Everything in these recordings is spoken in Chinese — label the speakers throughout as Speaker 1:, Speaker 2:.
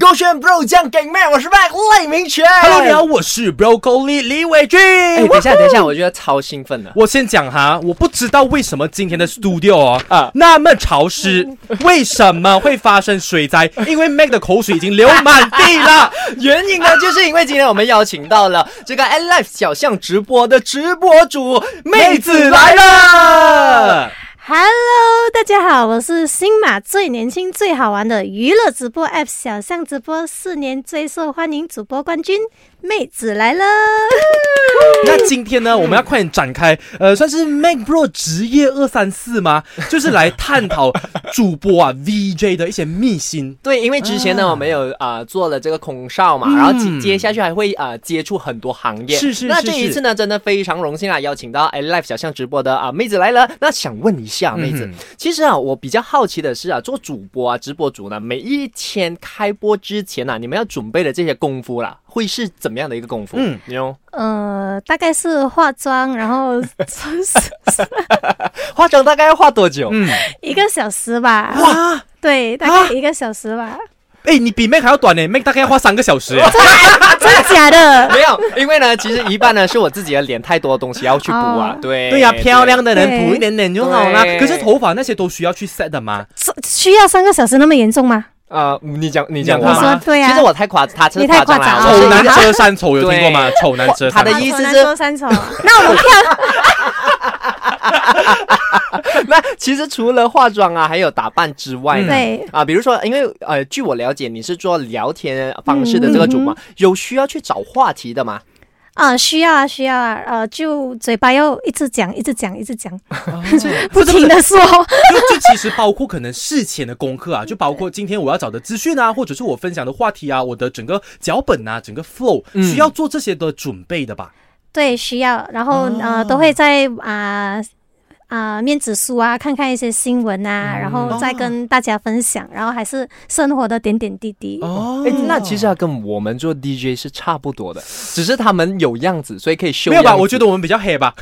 Speaker 1: 勾选 bro 酱给妹，我是 Mac 赖明全。
Speaker 2: Hello，你好，我是 Broccoli 李伟俊。
Speaker 1: 哎，等一下，等一下，我觉得超兴奋的。
Speaker 2: 我先讲哈，我不知道为什么今天的 studio 哦
Speaker 1: 啊
Speaker 2: 那么潮湿，为什么会发生水灾？因为 Mac 的口水已经流满 地了。
Speaker 1: 原因呢，就是因为今天我们邀请到了这个 N Life 小象直播的直播主妹子来了。
Speaker 2: 了，
Speaker 3: Hello，大家好，我是新马最年轻、最好玩的娱乐直播 App 小象直播四年最受欢迎主播冠军妹子 来了。
Speaker 2: 那今天呢，我们要快点展开，呃，算是 Mac Bro 职业二三四吗？ 就是来探讨主播啊 VJ 的一些秘辛。
Speaker 1: 对，因为之前呢，我们有啊、呃做了这个空少嘛，
Speaker 2: 嗯
Speaker 1: 然后接接下去还会啊、呃接触很多行业。
Speaker 2: 是是
Speaker 1: 那
Speaker 2: 是
Speaker 1: 这一
Speaker 2: 是
Speaker 1: 次呢，真的非常荣幸啊，邀请到哎 Live 小象直播的啊、妹子来了。那想问一下妹子，
Speaker 2: 嗯
Speaker 1: 其实啊，我比较好奇的是啊，做主播啊，直播主呢，每一天开播之前啊，你们要准备的这些功夫啦，会是怎么样的一个功夫？
Speaker 2: 嗯
Speaker 1: 嗯，你用
Speaker 3: 呃，大概是化妆，然后
Speaker 1: 化妆大概要化多久？
Speaker 2: 嗯，
Speaker 3: 一个小时吧。
Speaker 2: 哇，
Speaker 3: 对，大概一个小时吧。
Speaker 2: 哎，你比 Mac 还要短呢，Mac 大概要花三个小时耶。
Speaker 3: 真假的？
Speaker 1: 没有，因为呢，其实一半呢是我自己的脸太多东西要去补啊
Speaker 3: 哦。
Speaker 1: 对，
Speaker 2: 对呀、漂亮的人
Speaker 3: 对
Speaker 2: 补一点点就好啦。
Speaker 1: 对
Speaker 2: 可是头发那些都需要去 set 的吗？
Speaker 3: 这需要三个小时那么严重吗？
Speaker 1: 啊、你讲你讲
Speaker 2: 你
Speaker 1: 我
Speaker 2: 讲他
Speaker 3: 我
Speaker 1: 吗？
Speaker 3: 说对啊。
Speaker 1: 其实我太夸，他真的
Speaker 3: 你太
Speaker 1: 张
Speaker 3: 夸
Speaker 1: 了。我
Speaker 3: 张了
Speaker 1: 是
Speaker 2: 丑
Speaker 1: 一
Speaker 2: 男
Speaker 1: 个
Speaker 2: 遮山丑，有听过吗？丑男遮
Speaker 1: 啊他
Speaker 2: 山
Speaker 1: 的
Speaker 2: 丑。
Speaker 1: 意思
Speaker 3: 丑男
Speaker 1: 是
Speaker 3: 啊说三啊丑， 那我们跳
Speaker 1: 那其实除了化妆啊，还有打扮之外呢。
Speaker 2: 嗯
Speaker 3: 对
Speaker 1: 啊，比如说，因为呃，据我了解，你是做聊天方式的这个主嘛，
Speaker 3: 嗯
Speaker 1: 有需要去找话题的吗？
Speaker 3: 啊，需要啊，需要啊，呃，就嘴巴要一直讲，一直讲，一直讲，不
Speaker 2: 不是不
Speaker 3: 停
Speaker 2: 是
Speaker 3: 的说。
Speaker 2: 就就其实包括可能事前的功课啊，就包括今天我要找的资讯啊，或者是我分享的话题啊，我的整个脚本啊，整个 flow
Speaker 1: 嗯
Speaker 2: 需要做这些的准备的吧？
Speaker 3: 对，需要，然后、
Speaker 2: 哦
Speaker 3: 呃，都会在啊啊、面子书啊，看看一些新闻
Speaker 2: 嗯
Speaker 3: 啊，然后再跟大家分享，然后还是生活的点点滴滴。
Speaker 2: 哦
Speaker 1: 哎、那其实啊，跟我们做 DJ 是差不多的，只是他们有样子，所以可以秀
Speaker 2: 没
Speaker 1: 样
Speaker 2: 有
Speaker 1: 子。
Speaker 2: 吧？我觉得我们比较 黑吧。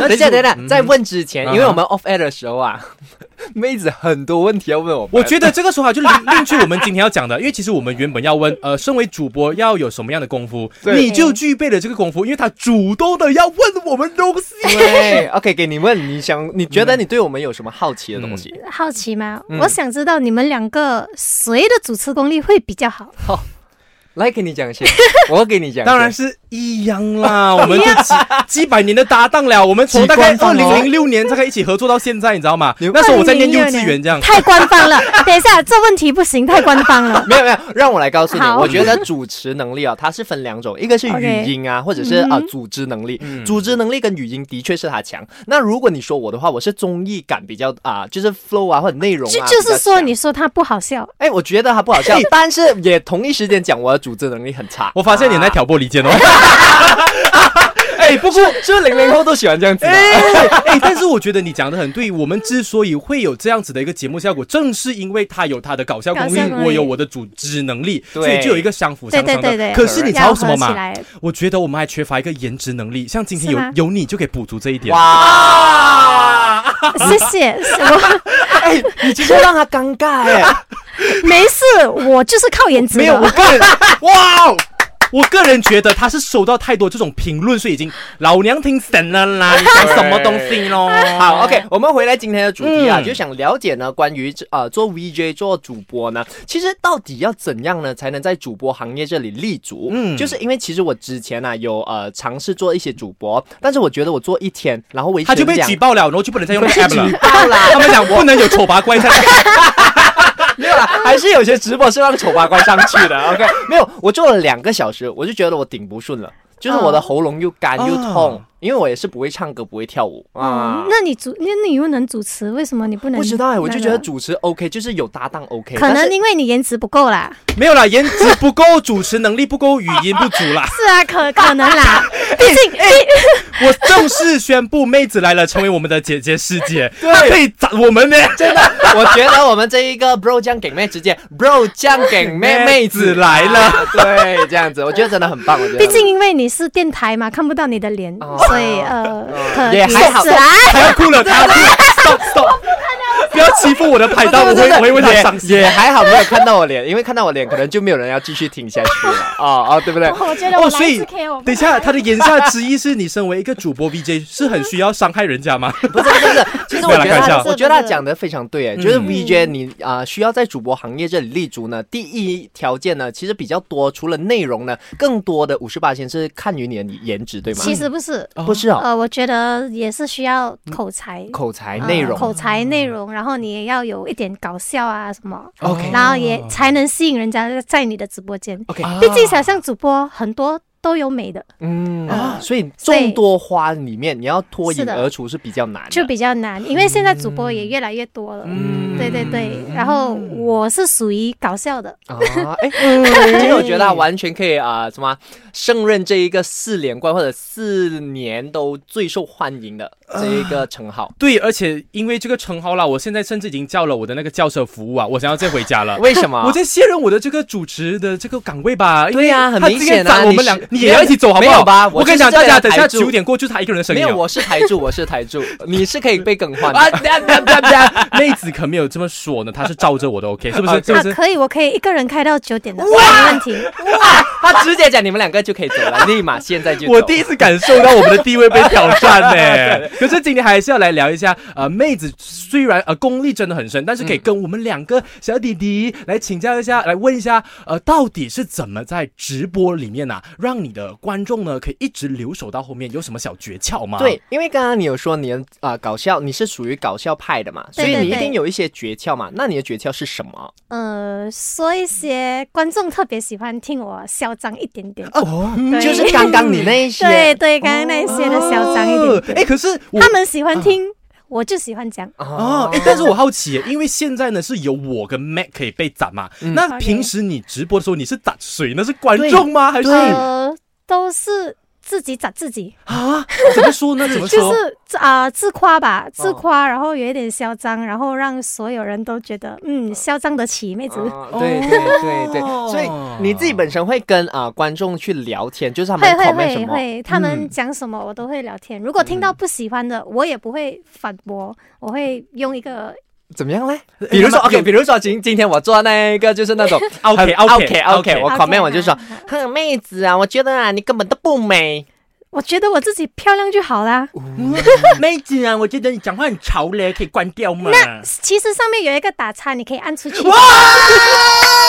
Speaker 1: 等一下，等一下，在问之前，
Speaker 2: 嗯
Speaker 1: 因为我们 off air 的时候啊， 妹子很多问题要问我们。
Speaker 2: 我觉得这个说法就另另去我们今天要讲的，因为其实我们原本要问，呃，身为主播要有什么样的功夫，
Speaker 1: 对
Speaker 2: 你就具备了这个功夫，因为他主动的要问我们东西。
Speaker 1: 对，OK，给你问，你想，你觉
Speaker 2: 嗯
Speaker 1: 得你对我们有什么好奇的东西？
Speaker 3: 好奇吗？
Speaker 1: 嗯
Speaker 3: 我想知道你们两个谁的主持功力会比较好？
Speaker 1: 来，给你 讲先，我给你讲先。
Speaker 2: 当然是一样 啦，我们就几几百年的搭档了，我们从大概
Speaker 1: 几
Speaker 2: 二
Speaker 1: 官方哦
Speaker 2: 零零六年大概一起合作到现在，你知道吗？
Speaker 1: 你
Speaker 2: 那时候我在念幼稚园这样。
Speaker 3: 太官方 了。等一下，这问题不行，太官方 了。
Speaker 1: 没有没有，让我来告诉你，
Speaker 3: 好
Speaker 1: 我觉得主持能力啊，它是分两种，一个是语
Speaker 3: OK 嗯
Speaker 1: 音啊，或者是啊组织能力。组织能力跟语音的确是他强。那如果你说我的话，我是综艺感比较啊，就是 flow 啊或者内容
Speaker 3: 就
Speaker 1: 啊，
Speaker 3: 就
Speaker 1: 比较
Speaker 3: 是说，
Speaker 1: 强
Speaker 3: 你说他不好笑，
Speaker 1: 哎，我觉得他不好 笑，但是也同一时间讲我的组织能力很差。
Speaker 2: 我发现你在挑拨离 间哦。
Speaker 1: 哎，不过是不是零零后都喜欢这样子的？啊
Speaker 2: 哎，但是我觉得你讲的很对，我们之所以会有这样子的一个节目效果，正是因为他有他的搞笑功
Speaker 3: 搞
Speaker 2: 力
Speaker 3: 笑，功力
Speaker 2: 我有我的组织能力，
Speaker 1: 对
Speaker 2: 所以就有一个相辅
Speaker 3: 对
Speaker 2: 相
Speaker 3: 对
Speaker 2: 成
Speaker 3: 对
Speaker 2: 的。
Speaker 3: 对，
Speaker 2: 可是你知道
Speaker 3: 要
Speaker 2: 什么
Speaker 3: 合起
Speaker 2: 吗？
Speaker 3: 来
Speaker 2: 我觉得我们还缺乏一个颜值能力，像今天有
Speaker 3: 是吗
Speaker 2: 有你就可以补足这一点。
Speaker 1: 哇！
Speaker 3: 谢谢， 我
Speaker 1: 哎，你直接让他尴尬哎。
Speaker 3: 没事，我就是靠颜值的。
Speaker 2: 没有，我个人，哇哦！我个人觉得他是收到太多这种评论，所以已经老娘听神了啦！你讲什么东西咯？
Speaker 3: 哎
Speaker 1: 好，OK，我们回来今天的主题啊，
Speaker 2: 嗯
Speaker 1: 就想了解呢，关于这呃做 VJ 做主播呢，其实到底要怎样呢，才能在主播行业这里立足？嗯，
Speaker 2: 嗯
Speaker 1: 就是因为其实我之前啊有呃尝试做一些主播，但是我觉得我做一天，然后维持
Speaker 2: 他就被
Speaker 1: 两
Speaker 2: 举报了，然后就不能再用
Speaker 1: 被
Speaker 2: app
Speaker 1: 举
Speaker 2: 了。
Speaker 1: 报啦，
Speaker 2: 他们讲不能有丑八怪在。
Speaker 1: 没有啦， 还是有些直播是让丑八怪上去的。OK，没有，我做了两个小时，我就觉得我顶不顺了，就是
Speaker 3: 哦
Speaker 1: 我的喉咙又干又痛，
Speaker 2: 哦
Speaker 1: 因为我也是不会唱歌，不会跳舞啊。
Speaker 3: 嗯，那你主，那你又能主持，为什么你不能？
Speaker 1: 不知道哎、我就觉
Speaker 3: 那
Speaker 1: 得
Speaker 3: 个
Speaker 1: 主持 OK，就是有搭档 OK，
Speaker 3: 可
Speaker 1: 但是
Speaker 3: 能因为你颜值不够啦。
Speaker 2: 没有啦，颜值不够，主持能力不够，语音不足啦。
Speaker 3: 是啊，可可能 啦。
Speaker 1: 哎
Speaker 3: 毕竟，
Speaker 1: 嗯
Speaker 3: 毕
Speaker 2: 我正式宣布，妹子来了，成为我们的姐姐师姐，
Speaker 1: 对
Speaker 2: 她可以砸我们呢。
Speaker 1: 真的，我觉得我们这一个 bro 酱给妹直接 bro 酱给妹妹子来 了，对，这样子，我觉得真的很棒，我觉得。
Speaker 3: 毕竟因为你是电台嘛，看不到你的脸，
Speaker 1: 哦
Speaker 3: 所以呃，可
Speaker 1: 也还好
Speaker 3: 是啊，
Speaker 2: 她要哭了，她要哭了，stop stop。不要欺负我的排档，我会我会为他伤心。
Speaker 1: 也还好没有看到我脸，因为看到我脸可能就没有人要继续听下去 了。哦哦，对不对？
Speaker 4: 我觉得我
Speaker 2: 哦所
Speaker 4: 来
Speaker 2: 以
Speaker 4: 自 K，我不
Speaker 2: 等一下，
Speaker 4: 来
Speaker 2: 他的言下之意是你身为一个主播 VJ 是很需要伤害人家吗？
Speaker 1: 不是不是，其实我觉
Speaker 2: 没有啦
Speaker 1: 得
Speaker 2: 开玩
Speaker 1: 他
Speaker 2: 笑
Speaker 1: 我觉得他讲的非常对，哎，就是
Speaker 2: 嗯
Speaker 1: VJ 你啊、需要在主播行业这里立足呢，第一条件呢其实比较多，除了内容呢，更多的五十八先是看于你的颜值，对吗？
Speaker 3: 其实不是，
Speaker 1: 不是哦，
Speaker 3: 呃，我觉得也是需要口才。
Speaker 1: 口才
Speaker 3: 呃
Speaker 1: 内容。
Speaker 2: 哦
Speaker 3: 口才内容，然后你也要有一点搞笑啊什么
Speaker 1: OK
Speaker 3: 然后也才能吸引人家在你的直播间。
Speaker 1: OK，、
Speaker 2: 啊
Speaker 3: 毕竟想象主播很多都有美的，
Speaker 1: 嗯，
Speaker 3: 啊
Speaker 1: 所以
Speaker 3: 所以
Speaker 1: 众多花里面，你要脱
Speaker 3: 是
Speaker 1: 颖
Speaker 3: 的
Speaker 1: 而出是比较难的，
Speaker 3: 就比较难，因为现在主播也越来越多了。
Speaker 2: 嗯
Speaker 3: 对对对，然后我是属于搞笑的，
Speaker 1: 啊， 哎、其实我觉得他完全可以啊、什么啊胜任这一个四连冠或者四年都最受欢迎的这一个称号，
Speaker 2: 对，而且因为这个称号啦，我现在甚至已经叫了我的那个叫车服务啊，我想要再 回家了。
Speaker 1: 为什么？
Speaker 2: 我在卸任我的这个主持的这个岗位吧。因为
Speaker 1: 对呀很
Speaker 2: 他
Speaker 1: 明
Speaker 2: 之前
Speaker 1: 显啊
Speaker 2: 攒我
Speaker 1: 你
Speaker 2: 们两
Speaker 1: 是，
Speaker 2: 你也要一起走好不
Speaker 1: 没
Speaker 2: 好？
Speaker 1: 有吧我
Speaker 2: 我跟你讲，
Speaker 1: 就是
Speaker 2: 大
Speaker 1: 这
Speaker 2: 家
Speaker 1: 样
Speaker 2: 等一下
Speaker 1: 台柱
Speaker 2: 九点过去，他一个人的声
Speaker 1: 没
Speaker 2: 音
Speaker 1: 有，
Speaker 2: 哦。
Speaker 1: 我是台柱，我是台 柱，你是可以被更换的。
Speaker 2: 啊，等一下等一下等一下等一下， 妹子可没有这么说呢，她是照着我的，OK，是不是？是不
Speaker 3: 啊，
Speaker 2: 是？
Speaker 3: 可以，我可以一个人开到九点的，没问题。
Speaker 1: 他直接讲你们两个就可以走了，立马现在就走。
Speaker 2: 我第一次感受到我们的地位被挑战呢、 可是今天还是要来聊一下，呃，妹子虽然呃功力真的很深，但是可以跟我们两个小弟弟来请教一下，来问一下，呃，到底是怎么在直播里面啊，让你的观众呢可以一直留守到后面，有什么小诀窍吗？
Speaker 1: 对，，因为刚刚你有说你的啊、搞笑，你是属于搞笑派的嘛，所
Speaker 3: 对
Speaker 1: 以
Speaker 3: 对
Speaker 1: 你一
Speaker 3: 对
Speaker 1: 定有一些诀窍嘛。那你的诀窍是什 么？
Speaker 3: 呃，说一些观众特别喜欢听我嚣张一点点，
Speaker 2: 哦，
Speaker 3: 对
Speaker 1: 就是刚刚你那一些。
Speaker 3: 对对，刚刚那些的嚣张一点点，
Speaker 2: 哎、可是我
Speaker 3: 他们喜欢听，我就喜欢讲。
Speaker 2: 哦，哎，但是我好奇耶，因为现在呢是有我跟 Mac 可以被攒嘛，
Speaker 1: 嗯
Speaker 2: 那
Speaker 3: OK
Speaker 2: 平时你直播的时候你是攒谁呢？是观众吗？还是
Speaker 3: 呃，都是自己砸自己，
Speaker 2: 啊？怎么说呢？怎么
Speaker 3: 就
Speaker 2: 说？哦
Speaker 3: 是自啊、自夸吧，自夸，然后有一点嚣张，然后让所有人都觉得嗯嚣张得起妹子。
Speaker 1: 哦 对对对对，
Speaker 2: 哦
Speaker 1: 所以你自己本身会跟啊、观众去聊天，就是他们
Speaker 3: 会会
Speaker 1: comment 什
Speaker 3: 会
Speaker 1: 么，
Speaker 3: 会，他
Speaker 2: 嗯
Speaker 3: 们讲什么我都会聊天。如果听到不喜欢的，我也不会反驳，我会用一个
Speaker 1: 怎么样嘞？ 比如说
Speaker 2: 他们
Speaker 1: OK，比如说今今天我做那个就是 那种很
Speaker 2: OK，OK，
Speaker 1: OK
Speaker 2: OK
Speaker 1: OK，我 comment 我就 说，，
Speaker 3: 啊
Speaker 1: 哼，妹子啊，我觉得啊你根本都不美，
Speaker 3: 我觉得我自己漂亮就好啦。
Speaker 2: 哦嗯妹子啊，我觉得你讲话很潮嘞，可以关掉吗？
Speaker 3: 其实上面有一个打叉，你可以按出去。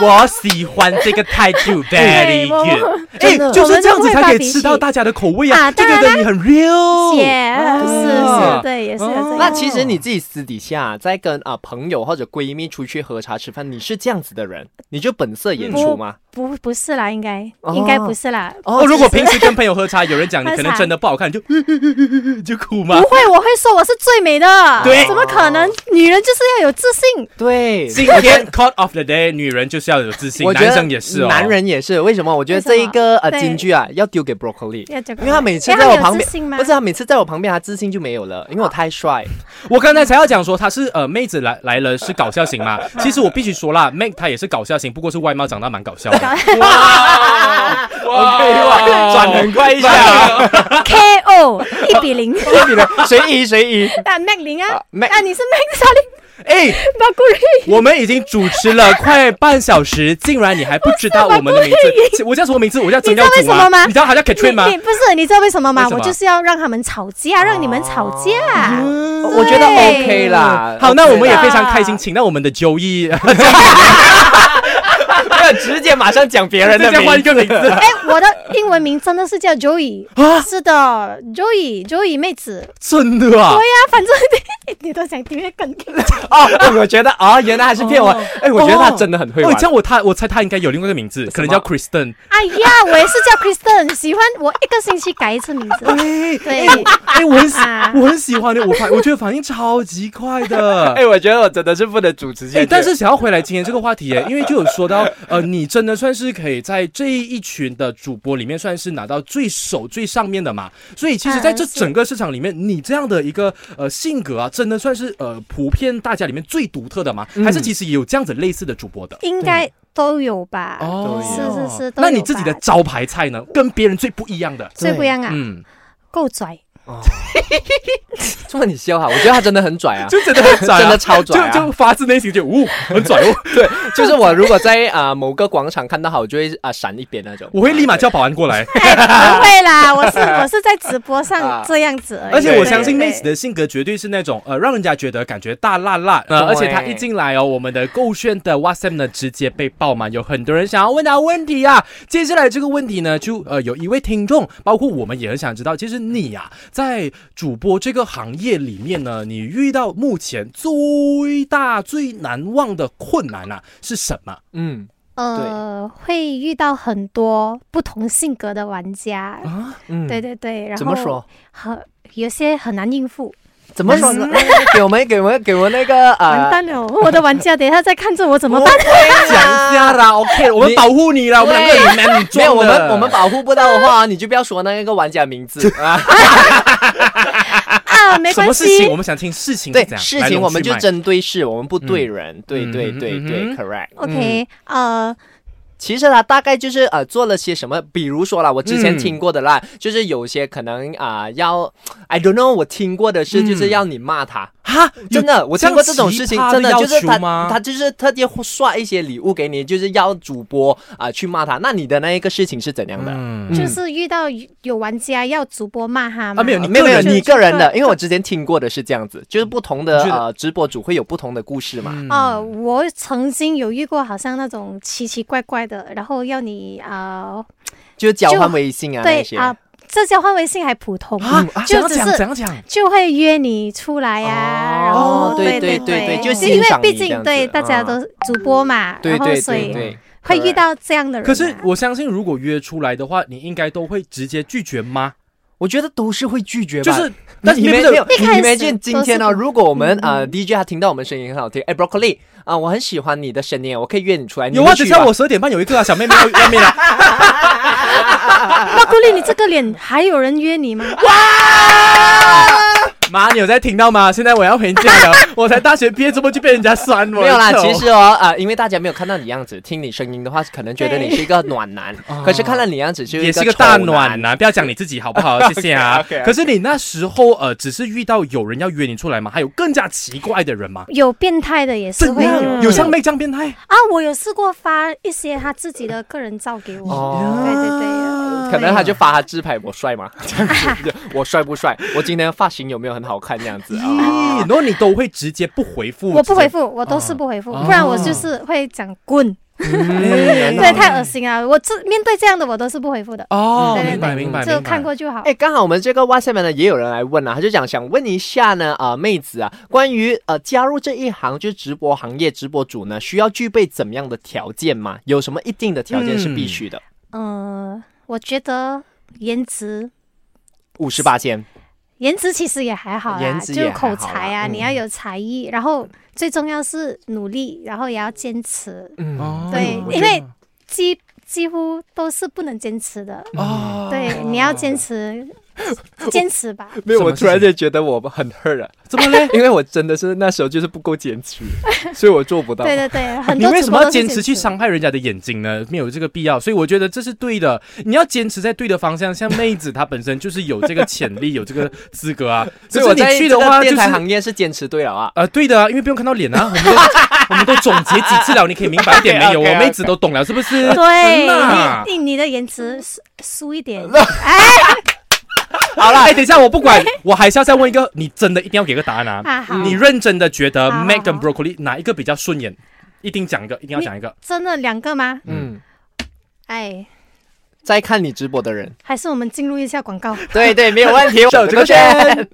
Speaker 2: 我喜欢这个态 度，very
Speaker 3: 我
Speaker 2: good。哎，
Speaker 3: 真的
Speaker 2: 就是这样子才可
Speaker 3: 我们都会发
Speaker 2: 以
Speaker 3: 脾气
Speaker 2: 吃到大家的口味啊！
Speaker 3: 啊
Speaker 2: 这个
Speaker 3: 当然啦
Speaker 2: 人你很 real，
Speaker 3: 也是是，对，也是有这
Speaker 2: 啊哦
Speaker 3: 个。
Speaker 1: 那其实你自己私底下在跟啊朋友或者闺蜜出去喝茶吃饭，你是这样子的人，你就本色演
Speaker 3: 嗯
Speaker 1: 出吗？
Speaker 3: 不不是啦，应该
Speaker 1: 哦
Speaker 3: 应该不是啦。
Speaker 2: 哦，如果平时跟朋友喝茶，有人讲你可能真的不好看，你就 就哭吗
Speaker 3: 不？会，我会说我是最美的。
Speaker 2: 对哦
Speaker 3: 怎么可能？女人就是要有自信。
Speaker 1: 对，
Speaker 2: 今天 Cut of the Day，女人就是要有自信，
Speaker 1: 我觉
Speaker 2: 男
Speaker 1: 得
Speaker 2: 生也是哦。
Speaker 1: 男人也是。为什么？我觉得这一个呃
Speaker 3: 对
Speaker 1: 金句啊，要丢给 broccoli，
Speaker 3: 要丢给
Speaker 1: 因为他每次
Speaker 3: 因为
Speaker 1: 在
Speaker 3: 他
Speaker 1: 我
Speaker 3: 有
Speaker 1: 旁
Speaker 3: 自
Speaker 1: 边
Speaker 3: 信，吗哦
Speaker 1: 不是他每次在我旁边，他自信就没有了，因为我太帅。
Speaker 2: 我刚才才要讲说她是呃妹子来来了是搞笑型嘛，其实我必须说啦，Mac 她也是搞笑型，不过是外貌长得蛮搞笑的。哇哇
Speaker 1: 哦转很快一下啊，
Speaker 3: KO 一比零，
Speaker 1: 所以呢，随意随意。
Speaker 3: 那 Mac 零啊
Speaker 1: 啊，Mac
Speaker 3: 啊你是 Mac 三零
Speaker 2: 哎，
Speaker 3: 八古瑞，
Speaker 2: 我们已经主持了快半小时，竟然你还不知道我们的名字？我叫什么名字？我叫曾
Speaker 3: 你知
Speaker 2: 耀
Speaker 3: 道为
Speaker 2: 祖
Speaker 3: 什么
Speaker 2: 啊
Speaker 3: 吗！
Speaker 2: 你知道她叫 Katrin 吗
Speaker 3: 你？你不是你知道为什么吗
Speaker 2: 为？什么
Speaker 3: 我就是要让他们吵架，让你们吵架。
Speaker 1: 我觉得 OK 啦。
Speaker 2: 好，那我们也非常
Speaker 3: 啊
Speaker 2: 开心，请到我们的周易，
Speaker 1: 要直接马上讲别人的
Speaker 2: 再换
Speaker 1: 名字。
Speaker 2: 一个名字。
Speaker 3: 哎，我的英文名真的是叫 Joey，是的，Joey Joey 妹子。
Speaker 2: 真的啊
Speaker 3: 对？呀，反正你都想听越梗。
Speaker 1: 哦， 我觉得啊，原来还是骗
Speaker 3: 哦
Speaker 1: 我。哎，我觉得他真的很会
Speaker 2: 哦
Speaker 1: 玩
Speaker 2: 这。样我他我猜他应该有另外一个名字，可能叫 Kristen。
Speaker 3: 哎呀，我也是叫 Kristen，喜欢我一个星期改一次名字。对，
Speaker 2: 哎，我很喜
Speaker 3: 啊
Speaker 2: 我很喜欢的，我反我觉得反应超级快 的。
Speaker 1: 哎，我觉得我真的是不能主持下
Speaker 2: 哎，
Speaker 1: 去。
Speaker 2: 但是想要回来今天这个话题耶，因为就有说到，呃，你真的算是可以在这一群的主播里面，算是拿到最首最上面的嘛。所以其实在这
Speaker 3: 嗯是
Speaker 2: 整个市场里面，你这样的一个呃性格啊，真的算是呃普遍大家里面最独特的嘛？还是其实也有这样子类似的主播的？
Speaker 3: 应该都有吧？
Speaker 2: 哦
Speaker 3: 啊是是是。都有
Speaker 2: 那你自己的
Speaker 3: 吧
Speaker 2: 招牌菜呢？跟别人最不一样的，
Speaker 3: 最不一样啊，
Speaker 2: 嗯，
Speaker 3: 够拽，
Speaker 1: 这么你笑哈，我觉得他真的很拽 啊，
Speaker 2: 就 真的很拽、啊，
Speaker 1: 真的超拽啊
Speaker 2: 就就发自内心就呜、很拽哦，
Speaker 1: 对，就是我如果在啊、呃某个广场看到他，我就会啊、闪一边那种。
Speaker 2: 我会立马叫保安过来。
Speaker 3: 哎，不会啦，我 是我是在直播
Speaker 1: 啊
Speaker 3: 上这样子而已。
Speaker 2: 而且我相信
Speaker 3: 对对
Speaker 2: 妹子的性格绝对是那种呃，让人家觉得感觉大辣辣。呃，
Speaker 1: 对
Speaker 2: 而且她
Speaker 3: 哎
Speaker 2: 一进来哦，我们的购炫的 WhatsApp 呢直接被爆满，有很多人想要问她问题啊。接下来这个问题呢，就呃有一位听众，包括我们也很想知道，其实你呀、在主播这个行业里面呢，你遇到目前最大最难忘的困难啊是什么？
Speaker 1: 嗯，
Speaker 3: 呃，会遇到很多不同性格的玩家，
Speaker 1: 嗯
Speaker 3: 对，对对，然后
Speaker 1: 怎么说？
Speaker 3: 很有些很难应付，
Speaker 1: 怎么说呢？嗯给我们给我们给我们那个
Speaker 3: 完
Speaker 1: 啊，
Speaker 3: 蛋了，我的玩家等一下再看着我怎啊么
Speaker 2: 哦
Speaker 1: 我
Speaker 3: 办。
Speaker 2: 讲一下啦，OK，我们
Speaker 1: 你
Speaker 2: 保护你啦，我们两个很 man
Speaker 1: 没有，我
Speaker 2: 装的
Speaker 1: 们我们保护不到的话，你就不要说那个玩家名 字啊。
Speaker 3: 啊，没
Speaker 2: 什么
Speaker 3: 关
Speaker 2: 事
Speaker 3: 系
Speaker 2: 情？我。们想听事情是
Speaker 1: 对
Speaker 2: 怎，样
Speaker 1: 事
Speaker 2: 来
Speaker 1: 情
Speaker 2: 龙
Speaker 1: 我们
Speaker 2: 去
Speaker 1: 就
Speaker 2: 脉
Speaker 1: 针对事，我们不对人。对
Speaker 2: 嗯
Speaker 1: 对
Speaker 2: 嗯
Speaker 1: 对
Speaker 2: 嗯
Speaker 1: 对
Speaker 2: 嗯
Speaker 1: ，correct。嗯
Speaker 3: OK，呃，
Speaker 1: 其实他大概就是呃做了些什么，比如说啦，我之前
Speaker 2: 嗯
Speaker 1: 听过的啦，就是有些可能啊、要，I don't know，我听过的是就是
Speaker 2: 嗯
Speaker 1: 要你骂他，
Speaker 2: 哈，嗯
Speaker 1: 真的，我听过这种事情，真的就是他
Speaker 2: 吗？
Speaker 1: 他就是特地刷一些礼物给你，就是要主播啊、去骂他。那你的那一个事情是怎样的？
Speaker 2: 嗯
Speaker 1: 嗯
Speaker 3: 就是遇到有玩家要主播骂他嘛，
Speaker 2: 啊没有
Speaker 1: 呃
Speaker 2: 你
Speaker 1: 没有
Speaker 2: 个
Speaker 1: 没有
Speaker 2: 人
Speaker 1: 你
Speaker 3: 就
Speaker 1: 个人
Speaker 3: 就
Speaker 1: 的，因为我之前听过的是这样子，就是不同的
Speaker 2: 你觉得嗯
Speaker 1: 呃直播主会有不同的故事嘛。
Speaker 3: 哦，我曾经有遇过，好像那种奇奇怪怪的，然后要你啊、
Speaker 1: 就是交
Speaker 3: 就
Speaker 1: 换微信啊那
Speaker 3: 对
Speaker 1: 些。
Speaker 3: 啊、这交换微信还普通，
Speaker 2: 啊，怎
Speaker 3: 就
Speaker 2: 样
Speaker 3: 只
Speaker 2: 讲
Speaker 3: 是
Speaker 2: 怎样讲，
Speaker 3: 就会约你出来
Speaker 2: 哦
Speaker 3: 呀、然后、
Speaker 1: 哦对对
Speaker 3: 对对
Speaker 1: 对对就
Speaker 3: 就
Speaker 1: 欣
Speaker 3: 因为
Speaker 1: 赏
Speaker 3: 毕
Speaker 1: 你这样
Speaker 3: 竟
Speaker 1: 子
Speaker 3: 对大家
Speaker 1: 嗯
Speaker 3: 都是主播嘛，
Speaker 1: 对
Speaker 3: 然后
Speaker 1: 对
Speaker 3: 所
Speaker 1: 对
Speaker 3: 以
Speaker 1: 对，
Speaker 3: 会遇
Speaker 1: correct
Speaker 3: 到这样的人、啊。
Speaker 2: 嗯可是我相信，如果约出来的话，你应该都会直接拒绝吗？
Speaker 1: 我觉得都是会拒绝吧，
Speaker 2: 就是，但是
Speaker 1: 你
Speaker 2: 你
Speaker 1: 没
Speaker 2: 们
Speaker 1: 有，
Speaker 2: 的
Speaker 1: 你
Speaker 3: 一开始
Speaker 1: 没见今天呢？
Speaker 3: 都是
Speaker 1: 如果我们
Speaker 2: 嗯
Speaker 1: 啊 DJ 他听到我们声音很好听，哎 Broccoli 啊，我很喜欢你的声音，我可以约你出来。
Speaker 2: 有
Speaker 1: 你
Speaker 2: 啊，
Speaker 1: 会去
Speaker 2: 等下
Speaker 1: 吗
Speaker 2: 我十二点半有一个啊，小妹妹要要面来，
Speaker 3: 哇，顾丽，你这个脸还有人约你吗？
Speaker 2: 妈，你有在听到吗？现在我要回家了，我才大学毕业，怎么就被人家酸我？
Speaker 1: 没有啦，其实哦啊，因为大家没有看到你样子，听你声音的话，可能觉得你是一个暖男， 可是看到你样子就
Speaker 2: 也是
Speaker 1: 一
Speaker 2: 个
Speaker 1: 丑
Speaker 2: 大暖。男，不要讲你自己好不好？谢 谢啊。
Speaker 1: OK，OK，OK
Speaker 2: 可是你那时候呃，只是遇到有人要约你出来吗？还有更加奇怪的人吗？
Speaker 3: 有变态的也是
Speaker 2: 怎
Speaker 3: 会
Speaker 2: 样？
Speaker 3: 的
Speaker 2: 有像妹这样变态？
Speaker 3: 嗯啊，我有试过发一些他自己的个人照给我，
Speaker 1: 哦
Speaker 3: 对对对，
Speaker 1: 可能他就发他自拍，我帅吗？ 这样子，我帅不帅？我今天发型有没有很好看？这样子
Speaker 2: 咦，
Speaker 1: 啊
Speaker 2: 然，后你都会直接哦不回复？
Speaker 3: 我不回
Speaker 2: 复。
Speaker 3: 复，我都是不回复，
Speaker 2: 哦
Speaker 3: 不然我就是会讲
Speaker 1: 哦
Speaker 3: 滚，
Speaker 1: 嗯
Speaker 3: 对，太恶心啊！我这面对这样的我都是不回复的，
Speaker 2: 哦，
Speaker 3: 嗯对对
Speaker 2: 明白
Speaker 1: 对
Speaker 2: 明白，
Speaker 3: 就
Speaker 2: 明白
Speaker 3: 看。过就好。
Speaker 1: 哎，刚好我们这个 WhatsApp 呢也有人来问啊，他就讲想问一下呢，啊、妹子啊，关于呃加入这一行就是直播行业，直播主呢需要具备怎么样的条件吗？有什么一定的条件是必须的？
Speaker 3: 嗯，我觉得颜值。
Speaker 1: 五十八千，
Speaker 3: 颜值其实也还好
Speaker 1: 颜
Speaker 3: 啦，
Speaker 1: 值
Speaker 3: 就
Speaker 1: 也
Speaker 3: 是口
Speaker 1: 还好啦
Speaker 3: 才啊，
Speaker 1: 嗯
Speaker 3: 你要有才艺，然后最重要是努力，然后也要坚持，
Speaker 1: 嗯
Speaker 2: 哦
Speaker 3: 对
Speaker 2: 我
Speaker 3: 因
Speaker 2: 觉
Speaker 3: 为
Speaker 2: 得
Speaker 3: 几几乎都是不能坚持的。
Speaker 2: 哦，
Speaker 3: 对，你要坚持， 坚持吧。
Speaker 1: 没
Speaker 2: 有我突然
Speaker 1: 间觉得我很 hurt 啊，
Speaker 2: 怎么嘞？
Speaker 1: 因为我真的是那时候就是不够坚持，所以我做不到
Speaker 3: 对对对，很
Speaker 2: 你
Speaker 3: 多
Speaker 2: 为什
Speaker 3: 主
Speaker 2: 么
Speaker 3: 播
Speaker 2: 要
Speaker 3: 都是
Speaker 2: 坚持去伤害人家的眼睛呢？没有这个必要，所以我觉得这是对的。你要坚持在对的方向，像妹子她本身就是有这个潜力，有这个资格 啊。
Speaker 1: 所以我
Speaker 2: 可是
Speaker 1: 在
Speaker 2: 你去
Speaker 1: 这
Speaker 2: 的
Speaker 1: 个
Speaker 2: 话，就
Speaker 1: 电
Speaker 2: 是
Speaker 1: 台行业是坚持对了啊。
Speaker 2: 呃，对的啊，因为不用看到脸啊，我们都 我们都总结几次了，你可以明白 一点没有？我
Speaker 1: OK，OK，OK
Speaker 2: 妹子都懂了，是不是？真的啊
Speaker 3: 对，你你你的颜值输输 一点，
Speaker 2: 好了，哎，等一下，我不管，我还是要再问一个，你真的一定要给个答案啊！
Speaker 3: 啊好，
Speaker 2: 你认真的觉得
Speaker 3: 好好
Speaker 2: Mac 跟
Speaker 3: 好
Speaker 2: Broccoli 哪一个比较顺眼？一定讲一个，一定要讲一个。
Speaker 3: 真的两个吗？
Speaker 1: 嗯，
Speaker 3: 哎，
Speaker 1: 在看你直播的人，
Speaker 3: 还是我们进入一下广告。
Speaker 1: 对对，没有问题。
Speaker 2: 手
Speaker 1: 手
Speaker 2: 这
Speaker 1: 这
Speaker 2: 个
Speaker 1: 个
Speaker 2: 圈
Speaker 1: 圈。